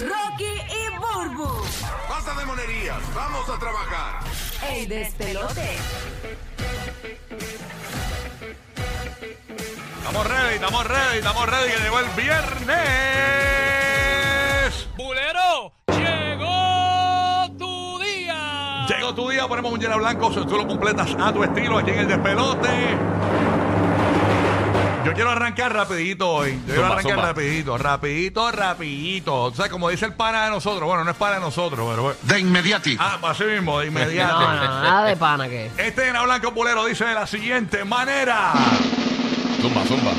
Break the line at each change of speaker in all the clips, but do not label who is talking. Rocky y Burbu,
Basta de monerías, vamos a trabajar.
el despelote.
Estamos ready, estamos ready, estamos ready, que llegó el viernes.
Bulero, llegó tu día.
Llegó tu día, ponemos un llena blanco, si tú lo completas a tu estilo aquí en el despelote. Yo quiero arrancar rapidito hoy. Yo quiero
Zumba,
arrancar
zumba.
rapidito, rapidito, rapidito. O sea, como dice el pana de nosotros, bueno, no es para de nosotros, pero bueno.
De inmediati.
Ah, así mismo, de inmediato.
No, no, nada de pana que.
Este llena blanco pulero dice de la siguiente manera.
Zumba, zumba.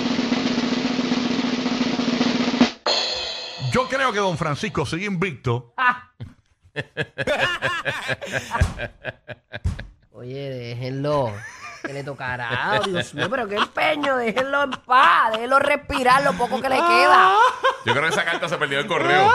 Yo creo que don Francisco sigue invicto.
Oye, déjenlo. Que le tocará. oh, Dios mío, pero qué empeño. Déjenlo en paz. Déjenlo respirar lo poco que le queda.
Ah.
Yo creo que esa carta se perdió el correo.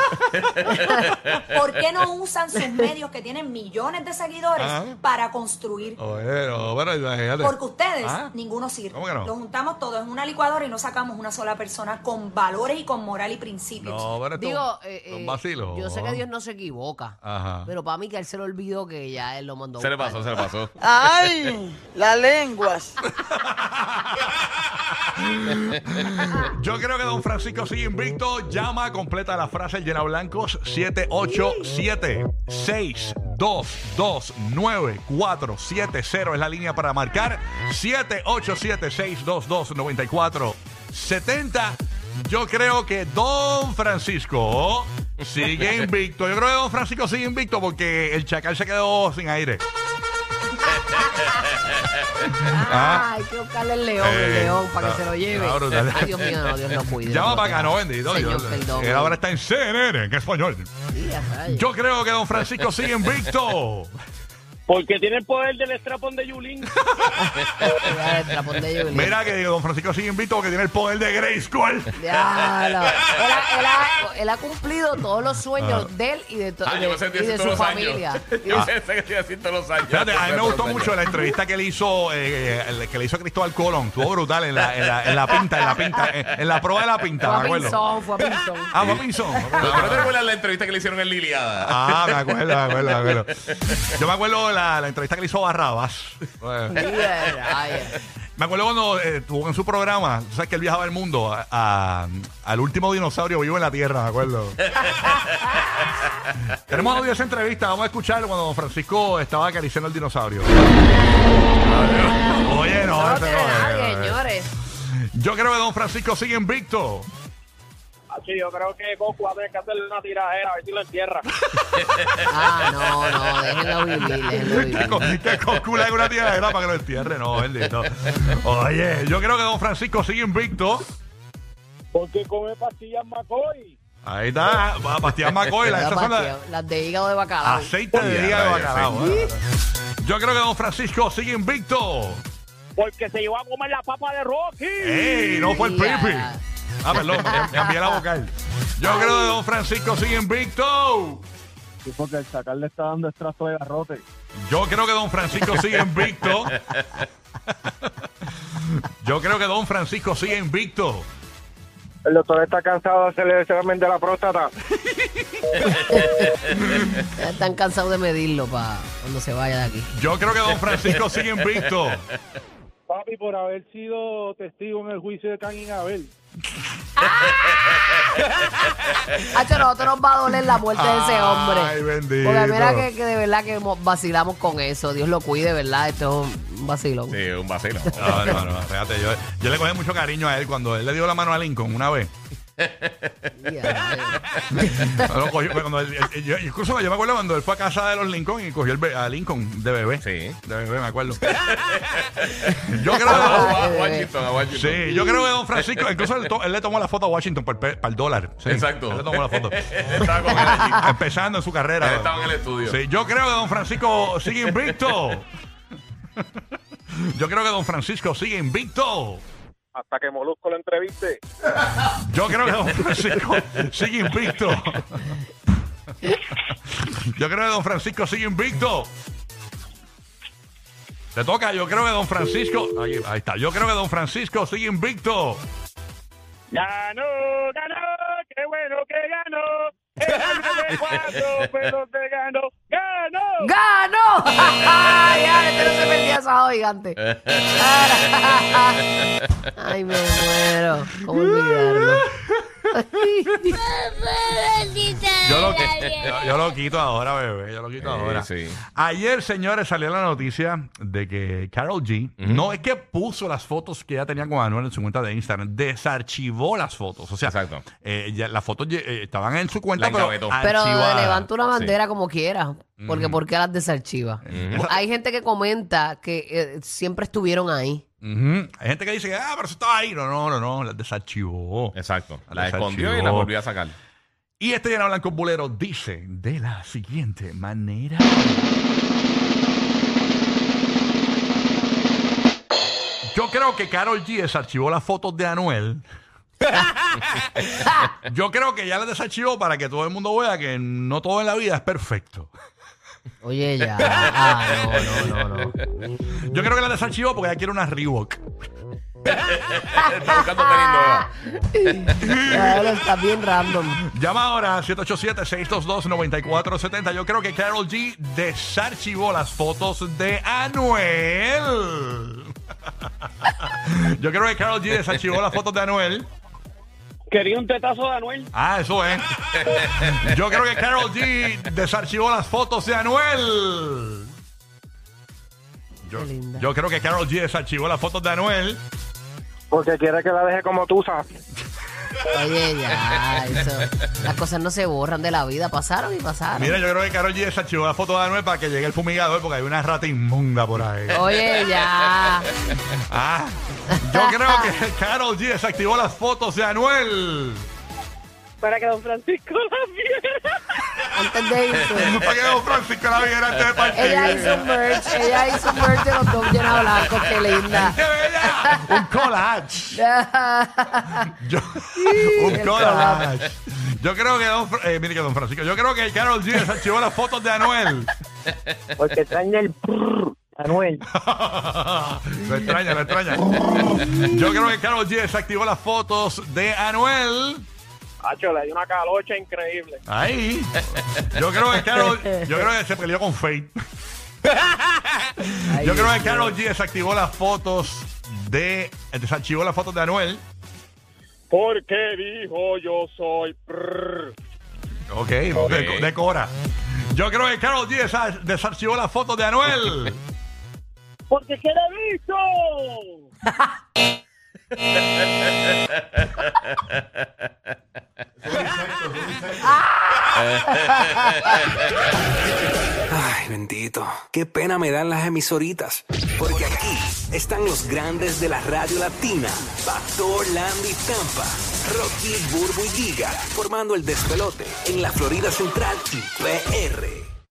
¿Por qué no usan sus medios que tienen millones de seguidores
Ah.
para construir?
Bueno, bueno, imagínate.
Porque ustedes,
Ah.
ninguno sirve.
¿Cómo que no?
Los juntamos todos en una licuadora y no sacamos una sola persona con valores y con moral y principios.
No, pero esto
Digo,
es
eh,
un
eh,
vacilo.
yo sé que Dios no se equivoca.
Ajá.
Pero para mí que a él se le olvidó que ya él lo mandó. a
Se le
buscar.
pasó, se le pasó.
¡Ay! Las lenguas.
Yo creo que don Francisco sigue invicto. Llama, completa la frase el llena blancos 787 622 9470 es la línea para marcar 787 622 9470 Yo creo que don Francisco sigue invicto. Yo creo que don Francisco sigue invicto porque el chacal se quedó sin aire.
Ah, hay que buscarle el león, el
Eh,
león, para que
está-
se lo lleve.
está brutal.
Ay, Dios mío, no, Dios lo cuide.
Llama
Dios
para acá,
lo
no,
tenga.
bendito.
Señor,
Dios.
perdón.
Él ahora está en CNN, en español.
Sí, ya está, ya.
Yo creo que don Francisco sigue invicto.
Porque tiene el poder del estrapón de Yulín.
Ya, el trapón de Julián.
Mira que don Francisco sigue invicto porque tiene el poder de Grey School.
Ya, no. él, ha, él ha- él ha cumplido todos los sueños de él y de, to-
Ah,
de-
yo me sentí
y de
así
su
todos los años.
familia.
Yo pensé que te iba a decir todos los años.
Fíjate, a mí me gustó
Todos los
mucho la
años.
entrevista que le hizo eh, el que le hizo a Cristóbal Colón. Estuvo brutal en la, en la, en la pinta, en la pinta, en, en la prueba de la pinta,
Fue
me
a
acuerdo.
Pinzón, fue a Pinzón.
Ah, fue a Pinzón.
Pero ¿tú no te recuerdas la entrevista que le hicieron en Liliada?
Ah, me acuerdo, me acuerdo, me acuerdo. Yo me acuerdo la, la entrevista que le hizo a Barrabás. Bueno.
Mira, ay,
Me acuerdo cuando eh, tuvo en su programa, tú sabes que él viajaba el mundo a- a- al último dinosaurio vivo en la Tierra, me acuerdo. Tenemos audio de esa entrevista, vamos a escucharlo cuando don Francisco estaba acariciando al dinosaurio. Oye, no,
No
ese
tiene
no es,
nadie,
no es.
señores.
Yo creo que don Francisco sigue invicto.
Ah, Sí, yo creo que Goku va a tener que hacerle una tiradera a ver si lo entierra.
Ah, no, no, déjenlo vivir, déjenlo
Que
vivir.
con- que con culo en una tierra era para que lo entierre, no, bendito. Oye, yo creo que don Francisco sigue invicto.
Porque come pastillas Macoy.
Ahí está, Bastián Macoy, la-
Las
Ah, esas son las-
pastillas, las de hígado de bacalao.
Aceite de
Ya,
día de
ya,
bacalao. ¿eh? Yo creo que don Francisco sigue invicto.
Porque se llevó a comer la papa de Rocky.
¡Ey! No fue el
Ya.
pipi. Ah, perdón, me cambié la vocal. Yo creo que don Francisco sigue invicto.
Sí, porque el chacal le está dando extracto de garrote.
Yo creo que don Francisco sigue invicto. Yo creo que don Francisco sigue invicto.
El doctor está cansado de hacerle solamente la próstata.
Ya están cansados de medirlo para cuando se vaya de aquí.
Yo creo que don Francisco sigue invicto.
Papi, por haber sido testigo en el juicio de Can y Abel.
Hacho, nosotros nos va a doler la muerte de ese hombre.
Ay, bendito.
Porque mira que, que de verdad que mo- vacilamos con eso. Dios lo cuide, ¿verdad? Esto es un vacilón.
Sí, un vacilo.
No, no, no, fíjate, yo, yo le cogí mucho cariño a él cuando él le dio la mano a Lincoln una vez.
Ya,
Bueno, cogió- cuando él- él- él- yo- incluso yo me acuerdo cuando él fue a casa de los Lincoln y cogió el be- a Lincoln de bebé.
Sí.
De bebé, me acuerdo. yo
Ah,
A-
creo
A a ah, Washington, a
que.
Washington.
Sí, yo creo que don Francisco, incluso él, to- él le tomó la foto a Washington para el, pe- para el dólar. Sí,
Exacto.
Él le tomó la foto.
Estaba con él allí.
Empezando en su carrera.
Él estaba en el estudio.
Sí, yo creo que don Francisco sigue invicto. Yo creo que don Francisco sigue invicto.
Hasta que Molusco lo entreviste.
Yo creo que Don Francisco sigue invicto. Yo creo que Don Francisco sigue invicto. Te toca, yo creo que Don Francisco. Ahí, ahí está, yo creo que Don Francisco sigue invicto.
Ganó, ganó, qué bueno que ganó. Era cuatro pesos te ganó. ¡Ganó!
¡Ganó! ya, este no se perdía esa gigante. Ay, me muero. ¿Cómo olvidarlo?
Yo lo, yo- yo lo quito ahora, bebé. Yo lo quito
Eh,
ahora.
sí.
Ayer, señores, salió la noticia de que Carol G, no es que puso las fotos que ella tenía con Anuel en su cuenta de Instagram, desarchivó las fotos. O sea,
Exacto.
eh, ya las fotos eh, estaban en su cuenta,
La
pero,
engavetó.
Pero
archivadas.
levanta una bandera como quiera, porque ¿por qué las desarchiva? Hay gente que comenta que eh, siempre estuvieron ahí.
Ujú. Hay gente que dice que, ah, pero eso estaba ahí. No, no, no, no, las desarchivó.
Exacto.
La
La escondió y
desarchivó.
la volvió a sacar.
Y este Llena Blanco Bulero dice de la siguiente manera. Yo creo que Carol G desarchivó las fotos de Anuel. Yo creo que ya las desarchivó para que todo el mundo vea que no todo en la vida es perfecto.
Oye, ya. Ah, no, no, no, no.
Yo creo que las desarchivó porque ella quiere una Reebok.
Está buscando tenis nueva.
Claro, está bien random.
Llama ahora a 787-622-9470. Yo creo que Carol G desarchivó las fotos de Anuel. Yo creo que Carol G desarchivó las fotos de Anuel.
Quería un tetazo de Anuel.
Ah, eso es. Yo creo que Carol G desarchivó las fotos de Anuel. Yo,
Qué linda.
yo creo que Carol G desarchivó las fotos de Anuel.
Porque quiere que la deje como tú,
Oye, ya. Eso. Las cosas no se borran de la vida. Pasaron y pasaron.
Mira, yo creo que Carol G desarchivó las fotos de Anuel para que llegue el fumigador porque hay una rata inmunda por ahí.
Oh, Oye, ya.
Ah, yo creo que Carol G desactivó las fotos de Anuel.
Para que don Francisco la viera.
Antes de irse.
Para que don Francisco la viera antes de partir.
Ella hizo un merch. Ella hizo un merch de los dos llenos blancos. Qué linda.
¡Qué bella! Un collage. Yo- un
El
collage. Yo creo que don, Fra- eh, mire que don Francisco. Yo creo que Carol G desactivó las fotos de Anuel.
Porque traen el Anuel.
lo extraña, lo extraña. Yo creo que Carol G desactivó las fotos de Anuel.
Hacho, le dio una calocha increíble.
Ahí. Yo creo que Carol, yo creo que se peleó con Faith. yo creo que Carol G desactivó las fotos de desarchivó las fotos de Anuel.
Porque dijo yo soy prrr.
Ok, de- decora. Yo creo que Carol G desa- desarchivó las fotos de Anuel.
Porque queda visto.
Ay, bendito. Qué pena me dan las emisoritas. Porque aquí están los grandes de la radio latina. Pastor, Landy, Tampa. Rocky, Burbu y Giga. Formando el despelote en la Florida Central y PR.